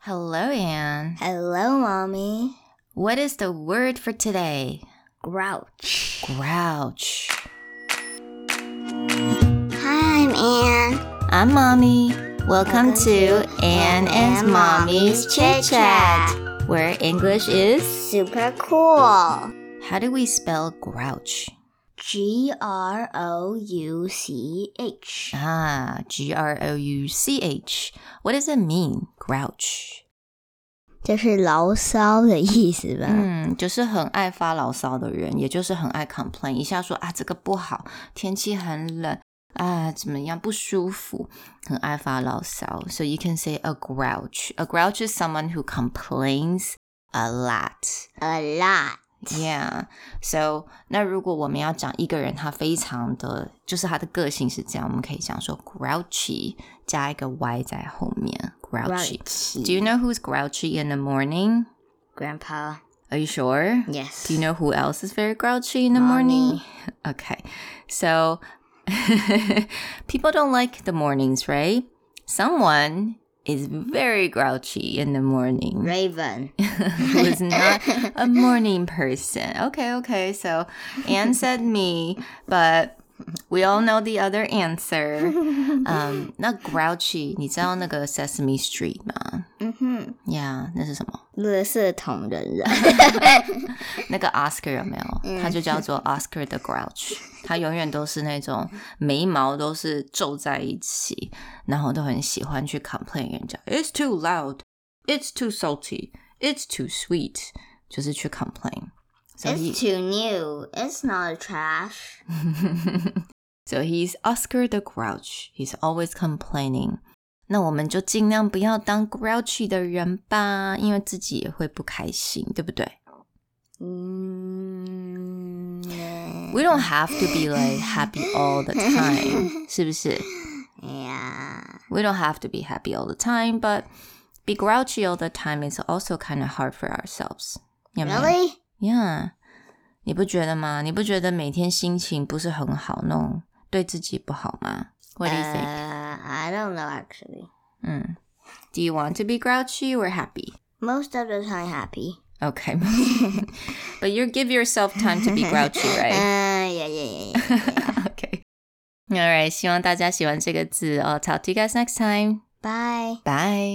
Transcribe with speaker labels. Speaker 1: Hello, Anne.
Speaker 2: Hello, Mommy.
Speaker 1: What is the word for today?
Speaker 2: Grouch.
Speaker 1: Grouch.
Speaker 2: Hi, I'm Anne.
Speaker 1: I'm Mommy. Welcome,
Speaker 2: Welcome
Speaker 1: to
Speaker 2: to
Speaker 1: Anne and
Speaker 2: and
Speaker 1: Mommy's
Speaker 2: Mommy's
Speaker 1: Chit
Speaker 2: Chit
Speaker 1: Chat, where English is.
Speaker 2: Super cool.
Speaker 1: How do we spell grouch?
Speaker 2: G R O U C H.
Speaker 1: Ah, G R O U C H. What does it mean? Grouch.
Speaker 2: 这是牢骚的意思吧？
Speaker 1: 嗯，就是很爱发牢骚的人，也就是很爱 complain，一下说啊这个不好，天气很冷啊，怎么样不舒服，很爱发牢骚。So you can say a grouch. A grouch is someone who complains a lot.
Speaker 2: a lot.
Speaker 1: Yeah. So 那如果我们要讲一个人，他非常的，就是他的个性是这样，我们可以讲说 grouchy 加一个 y 在后面，grouchy。Do you know who's grouchy in the morning?
Speaker 2: Grandpa?
Speaker 1: Are you sure?
Speaker 2: Yes.
Speaker 1: Do you know who else is very grouchy in the morning?
Speaker 2: Mommy.
Speaker 1: Okay. So people don't like the mornings, right? Someone is very grouchy in the morning.
Speaker 2: Raven?
Speaker 1: who is not a morning person. Okay, okay. So Anne said me, but we all know the other answer. Um, 那 grouchy, 你知道那个 Sesame Street 吗？
Speaker 2: 嗯哼，
Speaker 1: Yeah，那是什么？
Speaker 2: Mm-hmm. 乐色桶人人。
Speaker 1: 那个 Oscar 有没有？他就叫做 Oscar the Grouch，他永远都是那种眉毛都是皱在一起，然后都很喜欢去 complain 人家，It's too loud, it's too salty, it's too sweet，就是去 complain。So he
Speaker 2: It's too new. It's not trash.
Speaker 1: so he's Oscar the Grouch. He's always complaining. 那我们就尽量不要当 grouchy 的人吧，因为自己也会不开心，对不对？
Speaker 2: 嗯
Speaker 1: We don't have to be like happy all the time，是不是？
Speaker 2: Yeah.
Speaker 1: We don't have to be happy all the time, but be grouchy all the time is also kind of hard for ourselves. You know?
Speaker 2: Really?
Speaker 1: Yeah. 你不觉得吗？你不觉得每天心情不是很好，那种对自己不好吗？What do you think?
Speaker 2: Uh, I don't know actually.
Speaker 1: 嗯。Do you want to be grouchy or happy?
Speaker 2: Most of the time happy.
Speaker 1: Okay. but you give yourself time to be grouchy, right?
Speaker 2: Uh, yeah, yeah, yeah, yeah.
Speaker 1: okay. All right. 希望大家喜欢这个字. I'll talk to you guys next time.
Speaker 2: Bye.
Speaker 1: Bye.